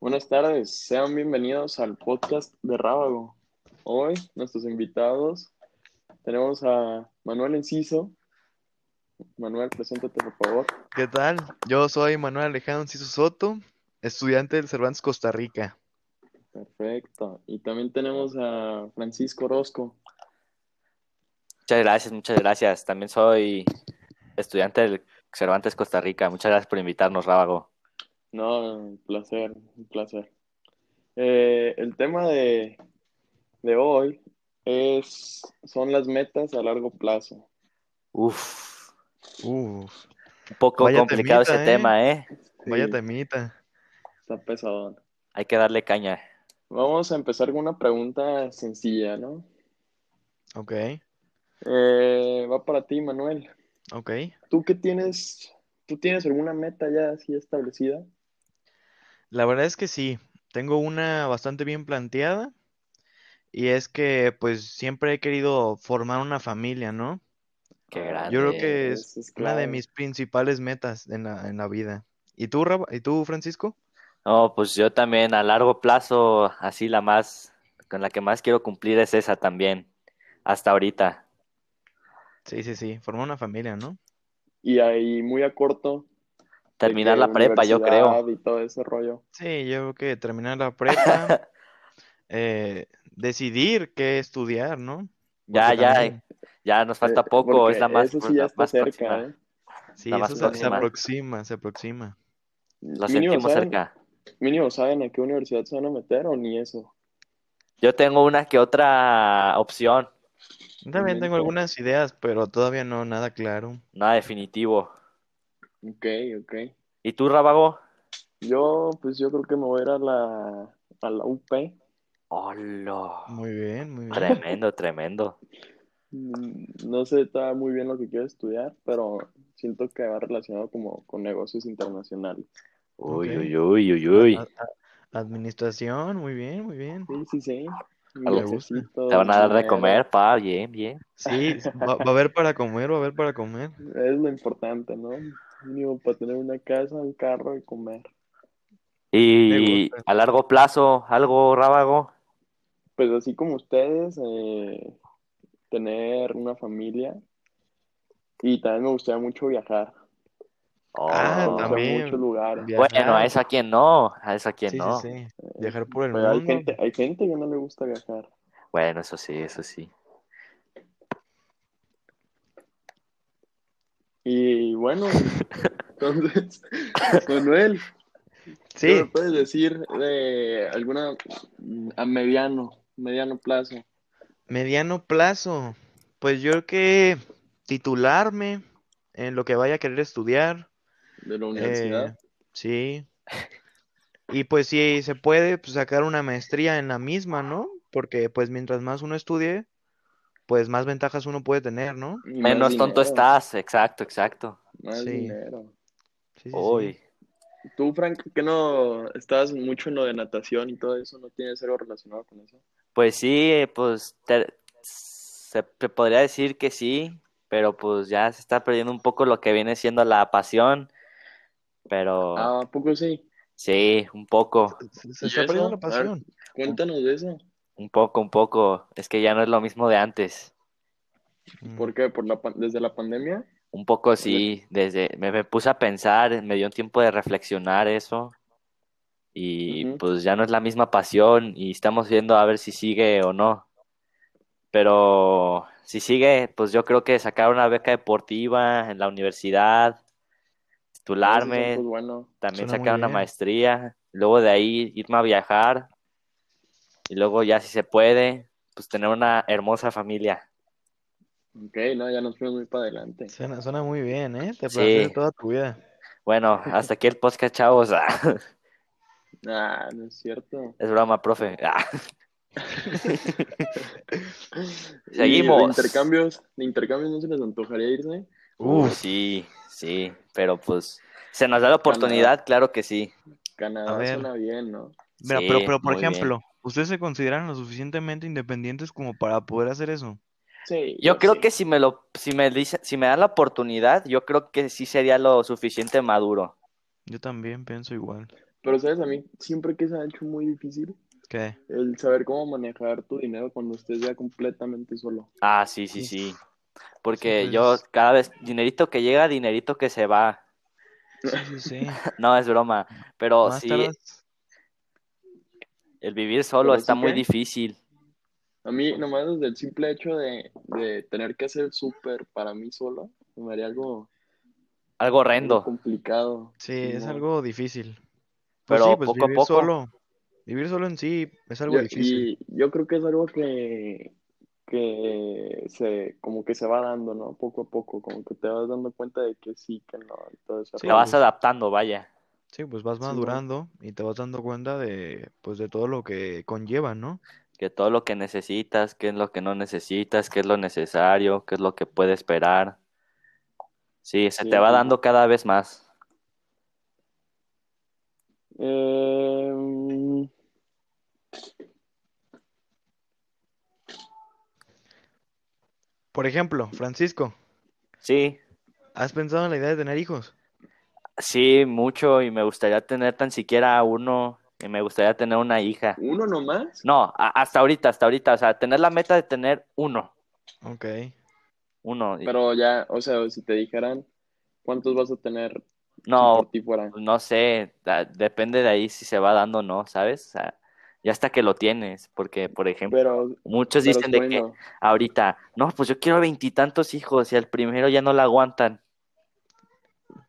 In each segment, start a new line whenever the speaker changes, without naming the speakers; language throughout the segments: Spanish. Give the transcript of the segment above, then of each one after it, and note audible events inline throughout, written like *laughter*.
Buenas tardes, sean bienvenidos al podcast de Rábago. Hoy, nuestros invitados, tenemos a Manuel Enciso. Manuel, preséntate, por favor.
¿Qué tal? Yo soy Manuel Alejandro Enciso Soto, estudiante del Cervantes Costa Rica.
Perfecto. Y también tenemos a Francisco Orozco.
Muchas gracias, muchas gracias. También soy estudiante del Cervantes Costa Rica. Muchas gracias por invitarnos, Rábago.
No, un placer, un placer. Eh, el tema de, de hoy es, son las metas a largo plazo.
Uf,
Uf,
un poco
Vaya
complicado
temita,
ese
¿eh?
tema, ¿eh?
vaya
Sí,
temita.
Está pesadón.
Hay que darle caña.
Vamos a empezar con una pregunta sencilla, ¿no?
Ok,
Eh, va para ti, Manuel.
ok.
¿Tú qué tienes? ¿Tú tienes alguna meta ya así establecida?
La verdad es que sí, tengo una bastante bien planteada y es que pues siempre he querido formar una familia, ¿no?
Qué
Ah,
Yo creo
grande.
que es
Eso es
una de
clave.
mis principales metas en la, en la vida. ¿Y tú, Rab- ¿Y tú, Francisco?
No, pues yo también a largo plazo, así la más, con la que más quiero cumplir es esa también, hasta ahorita.
Sí, sí, sí, formar una familia, ¿no?
Y ahí muy a corto. de
Terminar
que
la prepa, yo creo.
universidad Y todo ese rollo.
Sí, yo creo que terminar la prepa, *laughs* eh, decidir qué estudiar, ¿no?
Ya,
Porque
ya,
también-
ya nos falta
Eh,
poco,
porque
es la más,
Eso sí
pues,
ya
la
está
más
cerca,
próxima.
¿eh.
Sí,
la más
eso se, se
próxima.
aproxima, se aproxima.
Lo
Mínimo
sentimos
saben,
cerca.
mínimo saben a qué universidad se van a meter o ni eso.
Yo tengo una que otra opción,
Yo También
Mente.
tengo algunas ideas, pero todavía no nada claro.
nada definitivo.
Ok, ok.
¿Y tú, Rábago?
Yo, pues yo creo que me voy a ir a la, a la UP.
¡Hola!
Muy bien, muy bien.
Tremendo, tremendo.
Mm, No sé está muy bien lo que quiero estudiar, pero siento que va relacionado como con negocios internacionales.
Uy,
Ok. Ah,
uy, uy, uy,
A-
uy.
a- a- administración, muy bien, muy bien.
Sí, sí, sí.
Algo-
Me gusta.
Necesito
Te van a dar de
dinero.
comer, pa, bien, bien. *laughs*
Sí, va, va a haber para comer, va a haber para comer.
Es lo importante, ¿no? Mínimo para tener una casa, un carro y comer.
Me
Y
gusta.
a largo plazo, algo, Rábago.
Pues así como ustedes, eh, tener una familia y también me gustaría mucho viajar. Me
Ah,
Oh.
gustan
también.
muchos lugares.
Bueno, a
Viajar.
esa quien no, a esa quien
Sí, sí,
no. Eh,
sí. Viajar por el
Pero hay
mundo.
gente, hay gente que no le gusta viajar.
Bueno, eso sí, eso sí.
Y bueno, *laughs* entonces, *laughs* Manuel, ¿qué
Sí,
me puedes decir de alguna a mediano, mediano plazo?
mediano plazo. Pues yo creo que titularme en lo que vaya a querer estudiar.
¿De la
Eh,
universidad?
sí. Y pues si se puede pues, sacar una maestría en la misma, ¿no? Porque pues mientras más uno estudie, pues más ventajas uno puede tener, ¿no?
Y más
Menos tonto
dinero,
estás, exacto, exacto.
más
Sí,
dinero.
sí, sí, sí.
Uy.
Tú, Frank, que no estabas mucho en lo de natación y todo eso, ¿no tienes algo relacionado con eso?
Pues sí, pues te- se, se podría decir que sí, pero pues ya se está perdiendo un poco lo que viene siendo la pasión, pero
Ah, ¿a poco sí?
sí, un poco,
Se, se
¿Y
está perdiendo la
eso? A ver,
pasión.
cuéntanos de eso.
un poco, un poco, es que ya no es lo mismo de antes.
Mm,
¿Por qué? ¿Por la pan- desde la pandemia?
Un poco sí, desde me, me puse a pensar, me dio un tiempo de reflexionar eso y
Ujú.
pues ya no es la misma pasión y estamos viendo a ver si sigue o no. Pero si sigue, pues yo creo que sacar una beca deportiva en la
Ah, eso
universidad,
son,
titularme,
pues bueno.
también
Suena muy
sacar una
bien.
maestría, luego de ahí irme a viajar y luego ya si se puede, pues tener una hermosa familia.
Ok, no, ya nos fuimos muy para adelante.
Suena, suena muy bien, ¿eh? Te planteaste
Sí,
toda tu vida. *laughs*
bueno, hasta aquí el podcast, chavos.
Ah, no es cierto.
*laughs* Es broma, profe. Ah.
¿Y de
Seguimos.
intercambios? ¿De intercambios no se les antojaría irse?
Uh,
Uf,
sí, sí, pero pues se nos da la oportunidad, claro que sí.
a
Canadá
ver.
suena bien, ¿no?
Mira, pero,
Sí,
pero por
muy bien.
ejemplo, ¿ustedes se consideran lo suficientemente independientes como para poder hacer eso?
Sí,
Yo
Pues
yo
creo que
sí.
si me lo, si me dice, si me dan la oportunidad, yo creo que sí sería lo suficiente maduro.
Yo también pienso igual.
Pero, ¿sabes? A mí siempre que se ha hecho muy difícil
¿Qué?
el saber cómo manejar tu dinero cuando estés ya completamente solo.
Ah, sí, sí, sí. Porque
Sí,
yo
pues.
cada vez, dinerito que llega, dinerito que se va. *laughs*
Sí, sí, sí.
No, es broma. Pero
Más
Oh, sí,
tardas-
el vivir solo
Pero
está
sí
muy
que-
difícil.
A mí, nomás desde el simple hecho de, de tener que hacer súper para mí solo, me haría algo,
Algo
algo
horrendo.
complicado.
Sí, es
Simón.
algo difícil. Pues
Pero
sí, pues
poco a
vivir
poco.
solo. Vivir solo en sí es algo
Yo-
difícil.
Y yo creo que es algo que, que se, como que se va dando, ¿no? Poco a poco, como que te vas dando cuenta de que sí, que no, y todo ese
Sí,
Te
rollo.
vas
pues.
adaptando, vaya.
Sí, pues vas
Simón.
madurando y te vas dando cuenta de, pues, de todo lo que conlleva, ¿no?
Que todo lo que necesitas, qué es lo que no necesitas, qué es lo necesario, qué es lo que puede esperar. Sí, se
Sí,
te va
sí.
dando cada vez más.
Em,
Por ejemplo, Francisco,
Sí,
¿has pensado en la idea de tener hijos?
sí, mucho. Y me gustaría tener tan siquiera uno. Y me gustaría tener una hija.
¿uno nomás?
No, a- hasta ahorita, hasta ahorita. O sea, tener la meta de tener uno.
Ok.
Uno. y-
Pero ya, o sea, si te dijeran cuántos vas a tener si
No,
por ti fuera.
no sé. da- Depende de ahí si se va dando o no, ¿sabes? O sea, ya hasta que lo tienes. Porque, por ejemplo,
Pero,
muchos
pero
dicen de que
bueno,
ahorita, no, pues yo quiero veintitantos hijos y al primero ya no la aguantan.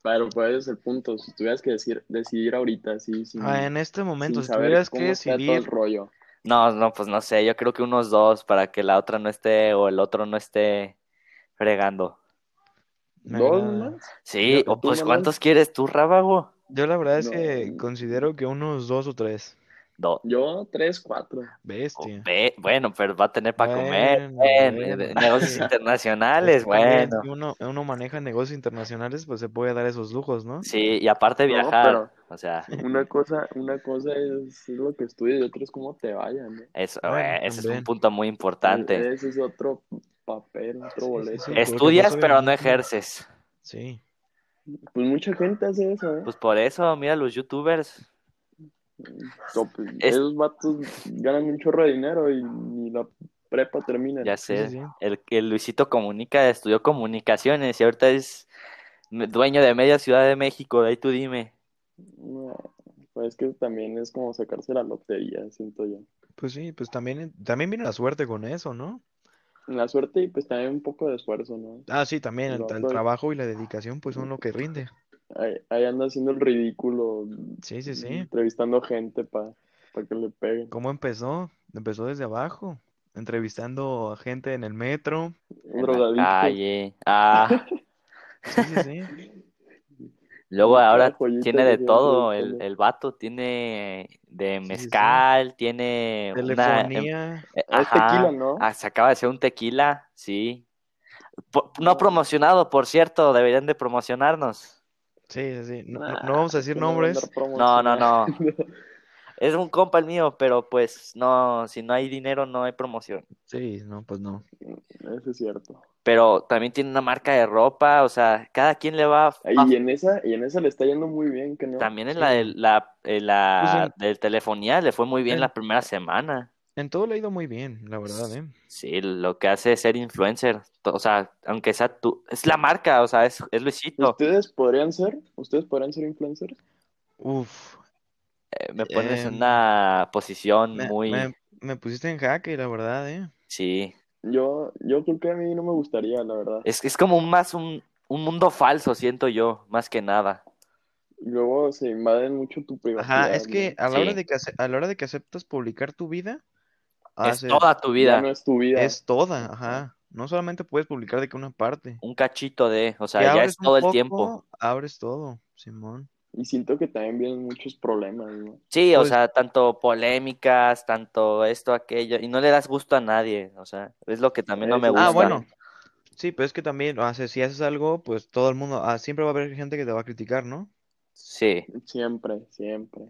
pero pues, puede ser punto. Si tuvieras que decir, decidir ahorita, sí, sin,
Ah, en este momento,
Mm, sin
si
saber
tuvieras que
cómo está todo el
decidir,
rollo.
No, no, pues no sé, yo creo que unos dos para que la otra no esté o el otro no esté fregando.
me
¿Dos
agrada.
nomás?
Sí,
Yo-
o
¿tú,
pues
Manuel?
¿cuántos quieres tú, Rábago?
Yo la verdad es
No,
que
no.
considero que unos dos o tres.
No,
Yo, tres, cuatro.
Bestia.
ve- bueno, pero va a tener para comer,
Bueno,
eh,
bueno,
ne- negocios
*laughs*
sí.
internacionales,
Es que Pues también,
bueno.
si uno, uno maneja negocios internacionales, pues se puede dar esos lujos, ¿no?
Sí, y
No,
aparte viajar,
pero
o sea,
una cosa, una cosa es, es lo que estudias y otra es cómo te vayan, ¿no? E-,
eso,
Bueno,
eh, ese es un
también.
punto muy importante.
Ese es otro papel, otro boleto.
sí, porque, pues,
Estudias, pero no
obviamente-
ejerces.
Sí.
Pues mucha gente hace eso, ¿eh?
Pues por eso, mira los youtubers.
No, pues,
es-
Esos vatos ganan un chorro de dinero y ni la prepa termina.
Ya
Sí,
sé,
sí, sí.
El, el Luisito Comunica estudió comunicaciones y ahorita es me- dueño de media Ciudad de México, de ahí tú dime.
No, pues es que también es como sacarse la lotería, siento yo.
Pues sí, pues también, también viene la suerte con eso, ¿no?
La suerte y pues también un poco de esfuerzo, ¿no?
Ah, sí, también el,
Lo
el
doy.
trabajo y la dedicación, pues son lo que rinde.
Ahí, ahí anda haciendo el ridículo,
Sí, sí, sí.
entrevistando gente para que le peguen.
¿Cómo empezó? Empezó desde abajo, entrevistando a gente en el metro.
Un
En la
drogadicto.
calle. Ah,
Sí, sí, sí.
*laughs* luego
Cada
ahora
joyita
tiene
que
de
se
todo.
va
El,
entrevistando.
el vato tiene de
Sí, sí, sí.
mezcal, tiene una. em,
Telefonía.
eh,
Ah, Es tequila,
ajá.
¿no?
Ah, se acaba de hacer un tequila, sí. Po-
No.
no promocionado, por cierto, deberían de promocionarnos.
Sí, sí, sí. No, no-
Ah,
Nah,
no vamos a
es
decir
que no va a andar
nombres.
No, no, no.
*laughs*
promocionando.
Es un compa el mío, pero pues no, si no hay dinero no hay promoción.
Sí, no, pues no.
Eso es cierto.
pero también tiene una marca de ropa, o sea, cada quien le va a-
Y en esa, y en esa le está yendo muy bien, que no.
también en
Sí.
la de la, en la de telefonía le fue muy bien
en-
la primera semana.
En todo le ha ido muy bien, la verdad, ¿eh?
Sí, lo que hace es ser influencer, to- o sea, aunque sea tú, es la marca, o sea, es, es Luisito.
¿Ustedes podrían ser? ¿Ustedes podrían ser influencers?
Uf,
Eh, me pones en
Em,
una posición
me,
muy,
me- me pusiste en jaque, la verdad, ¿eh?
sí,
Yo, yo creo que a mí no me gustaría, la verdad.
es, es como un, más un, un mundo falso, siento yo, más que nada.
Luego se invaden mucho tu privacidad.
Ajá, es que
¿no?
a la hora
Sí.
de que ace- a la hora de que aceptas publicar tu vida,
Es
haces
toda tu
Ya
vida,
no es tu vida.
es toda, ajá. No solamente puedes publicar de que una parte.
un cachito de, o
Si
sea, ya
abres
es
un
todo el tiempo.
poco, abres todo, Simón.
Y siento que también vienen muchos problemas, ¿no?
Sí, o
Pues-
sea, tanto polémicas, tanto esto, aquello, y no le das gusto a nadie, o sea, es lo que también no me
Eso
Ah,
gusta.
también.
bueno. Sí, pero es que también, o sea, si haces algo, pues todo el mundo, ah, siempre va a haber gente que te va a criticar, ¿no?
Sí,
Siempre, siempre.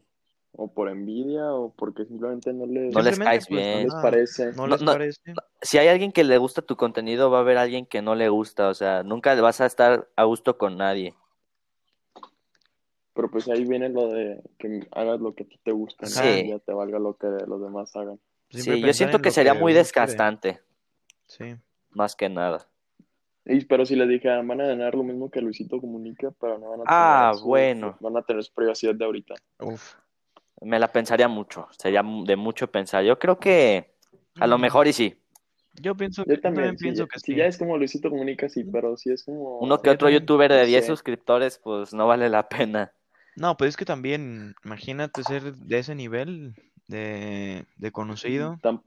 O por envidia o porque simplemente no les,
No les
Simplemente,
caes
pues,
no
bien.
les
ajá,
parece.
no
No,
les
no.
parece.
si hay alguien que le gusta tu contenido, va a haber alguien que no le gusta, o sea, nunca vas a estar a gusto con nadie.
Pero pues ahí viene lo de que hagas lo que a ti te gusta, ¿no?
Sí.
Y ya te valga lo que los demás hagan.
Siempre
Sí, yo
pensar
siento
en
que
lo
sería muy
uno quiere.
desgastante,
Sí.
más que nada.
Y, pero si les dije, "Ah, van a ganar lo mismo que Luisito comunica, pero no van a tener
Ah,
su-
bueno.
Van a tener su privacidad de ahorita.
Uf.
Me la pensaría mucho, sería mu- de mucho pensar. Yo creo que a lo
Mm,
mejor y sí.
Yo pienso,
Yo también, si,
pienso
ya,
que
si
sí.
ya es como Luisito comunica, sí, pero si es como...
Uno que
yo
otro
también,
youtuber de
no
10
sé.
suscriptores, pues no vale la pena.
No, pues es que también, imagínate ser de ese nivel de, de conocido.
Tam-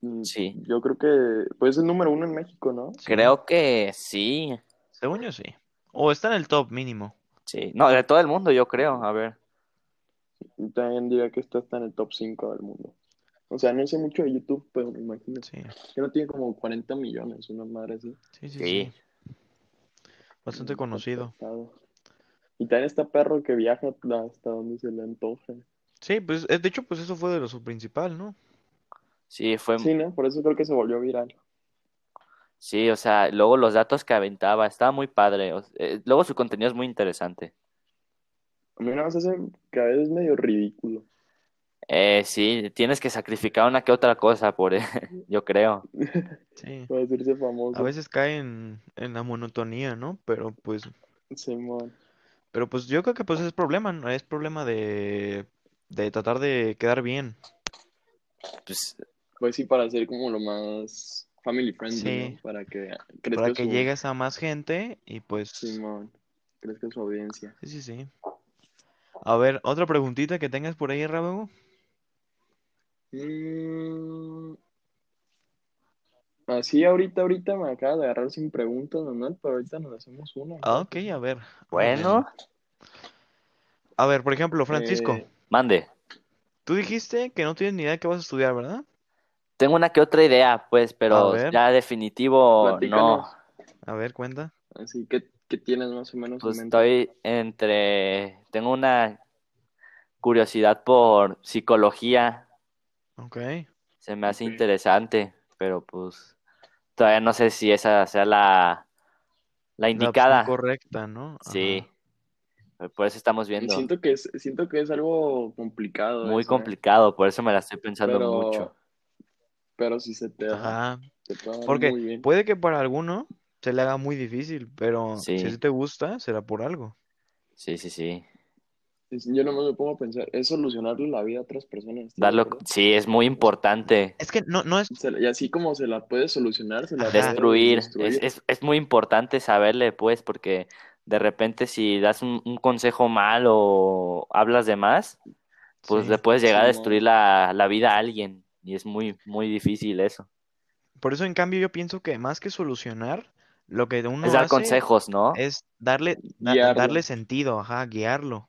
mm,
Sí.
Yo creo que... Pues es el número uno en México, ¿no?
Sí.
Creo que sí.
Según yo sí. O está en el top mínimo.
Sí. No, de todo el mundo, yo creo. A ver.
Y También diría que está hasta en el top 5 del mundo. O sea, no sé mucho de YouTube, pero me imagino
Sí,
que no tiene como 40 millones, una madre así.
sí, sí,
Sí.
sí. Bastante
Está
conocido.
pesado. Y también está perro que viaja hasta donde se le antoje.
Sí, pues eh, de hecho, pues eso fue de lo su principal, ¿no?
Sí,
Em.
fue.
Sí, ¿no? Por eso creo que se volvió viral.
Sí, o sea, luego los datos que aventaba, estaba muy padre. o- eh, luego su contenido es muy interesante.
A mí nada más hace que a veces es medio ridículo.
Eh, sí, tienes que sacrificar una que otra cosa por él, *laughs* yo creo.
Sí.
Para decirse famoso.
A veces caen en la monotonía, ¿no? Pero pues,
Simón.
pero pues yo creo que pues es problema, ¿no? Es problema de, de tratar de quedar bien.
Pues,
Pues sí, para ser como lo más family friendly,
Sí.
¿no? Para que
Para
crezca
que
su...
llegues a más gente y pues... Sí,
Simón. Crezca su audiencia.
sí, sí. A ver, otra preguntita que tengas por ahí, Rábago.
Mm. Así ahorita, ahorita me acaba de agarrar sin preguntas, Manuel, pero ahorita nos hacemos una.
Ah, ok, a ver. muy bien.
bueno,
A ver, por ejemplo, Francisco,
Eh,
mande.
tú dijiste que no tienes ni idea de qué vas a estudiar, ¿verdad?
Tengo una que otra idea, pues,
A
pero
ver.
ya definitivo no.
Platícanos.
A ver, cuenta.
Así que, ¿qué tienes más o menos
Pues
en mente?
estoy entre, tengo una curiosidad por psicología,
Ok.
se me hace
Ok.
interesante, pero pues todavía no sé si esa sea la, la
La opción
indicada.
correcta, ¿no? Ajá.
Sí, por eso estamos viendo.
Siento que es, siento que es algo complicado.
Muy
eso, ¿eh?
complicado, por eso me la estoy pensando
Pero,
mucho.
pero si se te da,
Ajá.
te puede dar
Porque
muy bien.
puede que para alguno se le haga muy difícil, pero si
Sí.
sí te gusta, será por algo.
Sí, sí, sí.
Es- Yo nomás me pongo a pensar, es solucionarle la vida a otras personas. ¿estás de
Darlo,
acuerdo?
sí, es muy importante.
Es que no, no es...
Se la- y así como se la puede solucionar, se la
Ajá.
puede
Destruir, es,
destruir.
es, es muy importante saberle, pues, porque de repente si das un, un consejo mal o hablas de más, pues
Sí.
le puedes llegar a
Simón.
destruir la, la vida a alguien. Y es muy, muy difícil eso.
Por eso, en cambio, yo pienso que más que solucionar, lo que uno
es dar
hace
consejos, ¿no?
es darle, da-
Guiarlo.
darle sentido, ajá, guiarlo.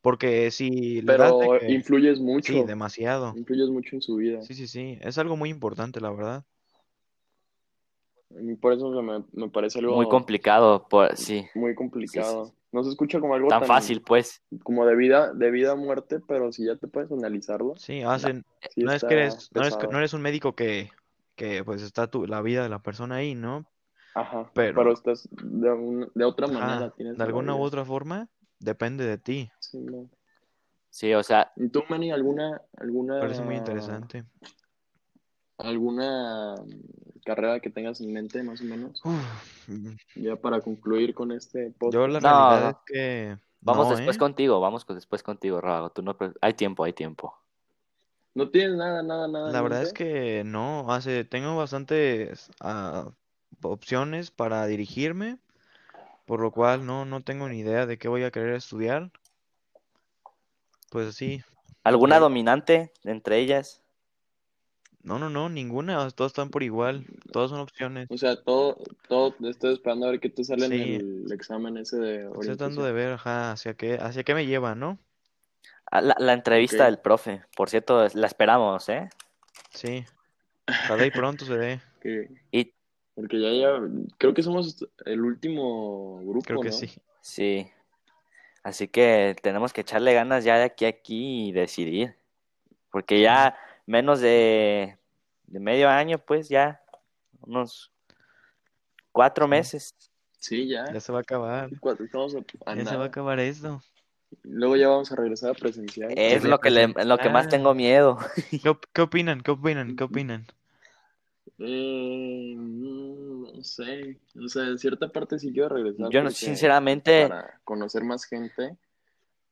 Porque si le das de
Pero
que-
influyes mucho,
Sí, demasiado.
influyes mucho en su vida.
Sí, sí, sí. Es algo muy importante, la verdad.
Y por eso se me, me parece algo
Muy complicado, por, sí.
muy complicado. No se escucha como algo
Tan fácil, pues.
como de vida, de vida a muerte, pero si ya te puedes analizarlo,
Sí, hacen...
sí
No es
está
que eres, no eres, que-
pesado.
no eres un médico que, que pues está tu, la vida de la persona ahí, ¿no?
Ajá,
Pero-
pero, estás de, un- de otra manera.
Ajá,
Tienes
de alguna
la
u
vida.
otra forma, depende de ti.
Sí, no.
Sí, o sea,
¿Y tú, Manny, alguna, alguna,
Parece muy interesante.
alguna mm, carrera que tengas en mente, más o menos?
Uf, mm,
Ya para concluir con este
yo
podcast.
la
No,
realidad
no.
es que
vamos
no,
después
¿eh?
contigo, vamos con- después contigo, Rago. Tú no, pre- hay tiempo, hay tiempo.
¿No tienes nada, nada, nada? en
La verdad es
mente?
que no, hace, tengo bastantes ah, opciones para dirigirme, por lo cual no, no tengo ni idea de qué voy a querer estudiar. Pues sí,
¿Alguna
Ahí-
dominante entre ellas?
no, no, no, ninguna, todas están por igual, todas son opciones.
O sea, todo, todo, estoy esperando a ver qué te sale
Sí.
en el examen ese de
Estoy tratando
orientación.
de ver, ajá, hacia qué, hacia qué me lleva, ¿no?
Ah, La, la entrevista
Ok.
del profe, por cierto, es- la esperamos, ¿eh?
Sí, ojalá y pronto se dé.
que-
Y-
Porque ya, ya, creo que somos el último grupo,
Creo que
¿no?
sí.
Sí. Así que tenemos que echarle ganas ya de aquí a aquí y decidir. Porque ya menos de, de medio año, pues ya, unos cuatro
Sí.
meses.
Sí, ya.
Ya se va a acabar.
Cuatro, estamos a- a
Ya se va
nada.
a acabar esto.
Luego ya vamos a regresar a presencial.
Es
Sí,
lo que, le- lo que más
presentar.
tengo miedo.
¿Qué, op- qué opinan? ¿Qué opinan? ¿Qué opinan?
Eh, mm, no sé. O sea, en cierta parte sí quiero regresar.
Yo no,
porque-
sinceramente,
Para conocer más gente.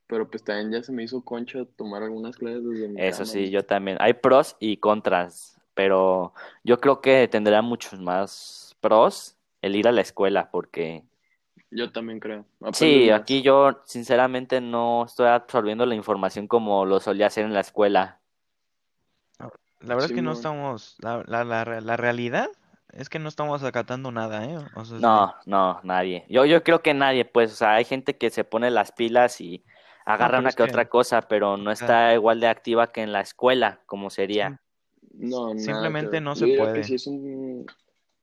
Pero pues también ya se me hizo concha tomar algunas clases desde mi
eso
cama.
sí, yo también. Hay pros y contras, pero yo creo que tendrá muchos más pros el ir a la escuela, porque
Yo también creo.
sí,
Aprendes más.
aquí yo sinceramente no estoy absorbiendo la información como lo solía hacer en la escuela.
La verdad es que no
Simón.
estamos, la, la, la, re- la realidad es que no estamos acatando nada, ¿eh? O sea, sí.
No, no, nadie. Yo, yo creo que nadie, pues, o sea, hay gente que se pone las pilas y agarra
pero
una
es
que
que-
otra cosa, pero no está igual de activa que en la escuela, como sería.
No, nada
Simplemente
que ver.
no
Yo
se
diría
puede.
Que si es un,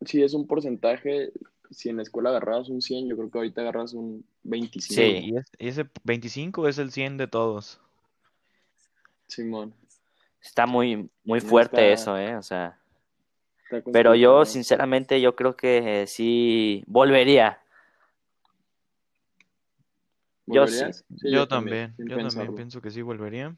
si es un porcentaje, si en la escuela agarrabas un 100, yo creo que ahorita agarras un 25.
Sí.
Y, es- y ese 25 es el 100 de todos.
Simón.
Está muy, muy
No
fuerte
está-
eso, ¿eh? O sea,
Está
pero yo,
complicado.
sinceramente, yo creo que eh, sí volvería. yo sí.
¿Volverías? Sí,
yo también,
sin
yo también
pensarlo.
pienso que sí volvería.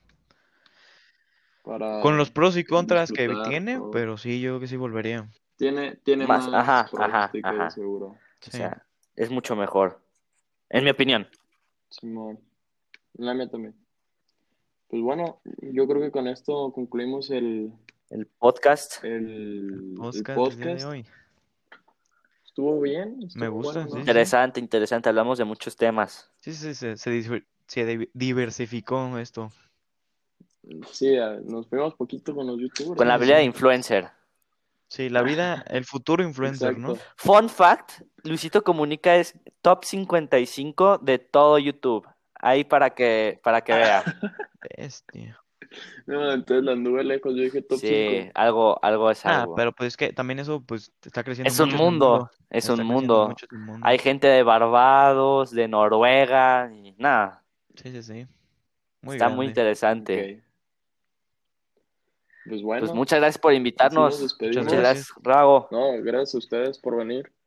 Para-
Con los pros y contras que
Ah, disfrutar
tiene,
todo.
pero sí, yo creo que sí volvería.
Tiene, tiene
Más,
más,
ajá,
pros
ajá,
de que
ajá.
seguro.
O
Sí.
sea, es mucho mejor, en mi opinión.
Simón. La mía también. Pues bueno, yo creo que con esto concluimos el,
El podcast,
el, el
Oscar, el día de
podcast.
hoy.
Estuvo bien.
Me
estuvo
gusta,
bueno, ¿no?
sí, sí.
interesante, interesante, hablamos de muchos temas.
Sí, sí, se, se disver- se di- diversificó esto.
Sí, a- nos pegamos poquito con los youtubers.
Con la
Sí,
habilidad
sí.
de influencer.
Sí, la vida, el futuro influencer, ¿no?
Exacto.
Fun fact, Luisito Comunica es top 55 de todo YouTube. Ahí para que, para que vea.
Bestia.
No, entonces la anduve lejos, yo dije top
sí,
5.
algo, algo es
Ah,
algo.
pero pues es que también eso pues está creciendo
es un
mucho
mundo,
en el
es
Está
un
creciendo
mundo.
mucho en el mundo.
Hay gente de Barbados, de Noruega, y nada.
Sí, sí, sí. Muy
está
grande.
muy interesante.
Pues bueno,
pues muchas gracias por
así nos
invitarnos.
despedimos.
Muchas
Muchas gracias, Rago.
No, gracias a ustedes por venir.